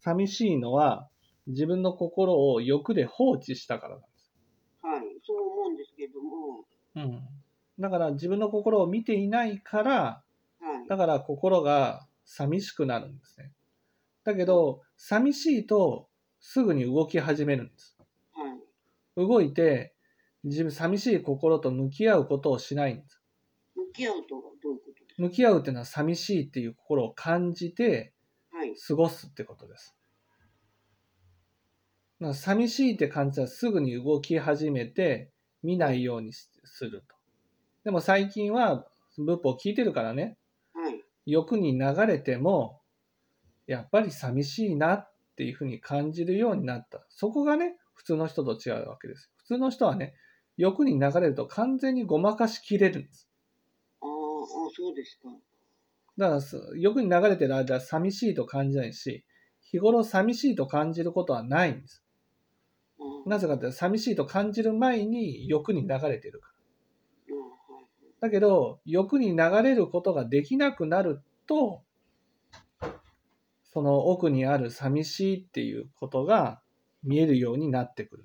寂しいのは、自分の心を欲で放置したからなんです。はい、そう思うんですけども、うん。だから自分の心を見ていないから、はい、だから心が寂しくなるんですね。だけど、寂しいとすぐに動き始めるんです。はい、動いて、自分、寂しい心と向き合うことをしないんです。向き合うとはどういうことです向き合うっていうのは寂しいっていう心を感じてかはい、過ごすってことです。だから寂しいって感じたらすぐに動き始めて見ないようにしすると。でも最近は仏法を聞いてるからね、はい、欲に流れてもやっぱり寂しいなっていうふうに感じるようになったそこがね普通の人と違うわけです普通の人はね欲に流れると完全にごまかしきれるんですあーあ、そうですか。だからす欲に流れてる間は寂しいと感じないし日頃寂しいと感じることはないんですあーなぜかって寂しいと感じる前に欲に流れてるからうんはいだけど欲に流れることができなくなるとその奥にある寂しいっていうことが見えるようになってくる。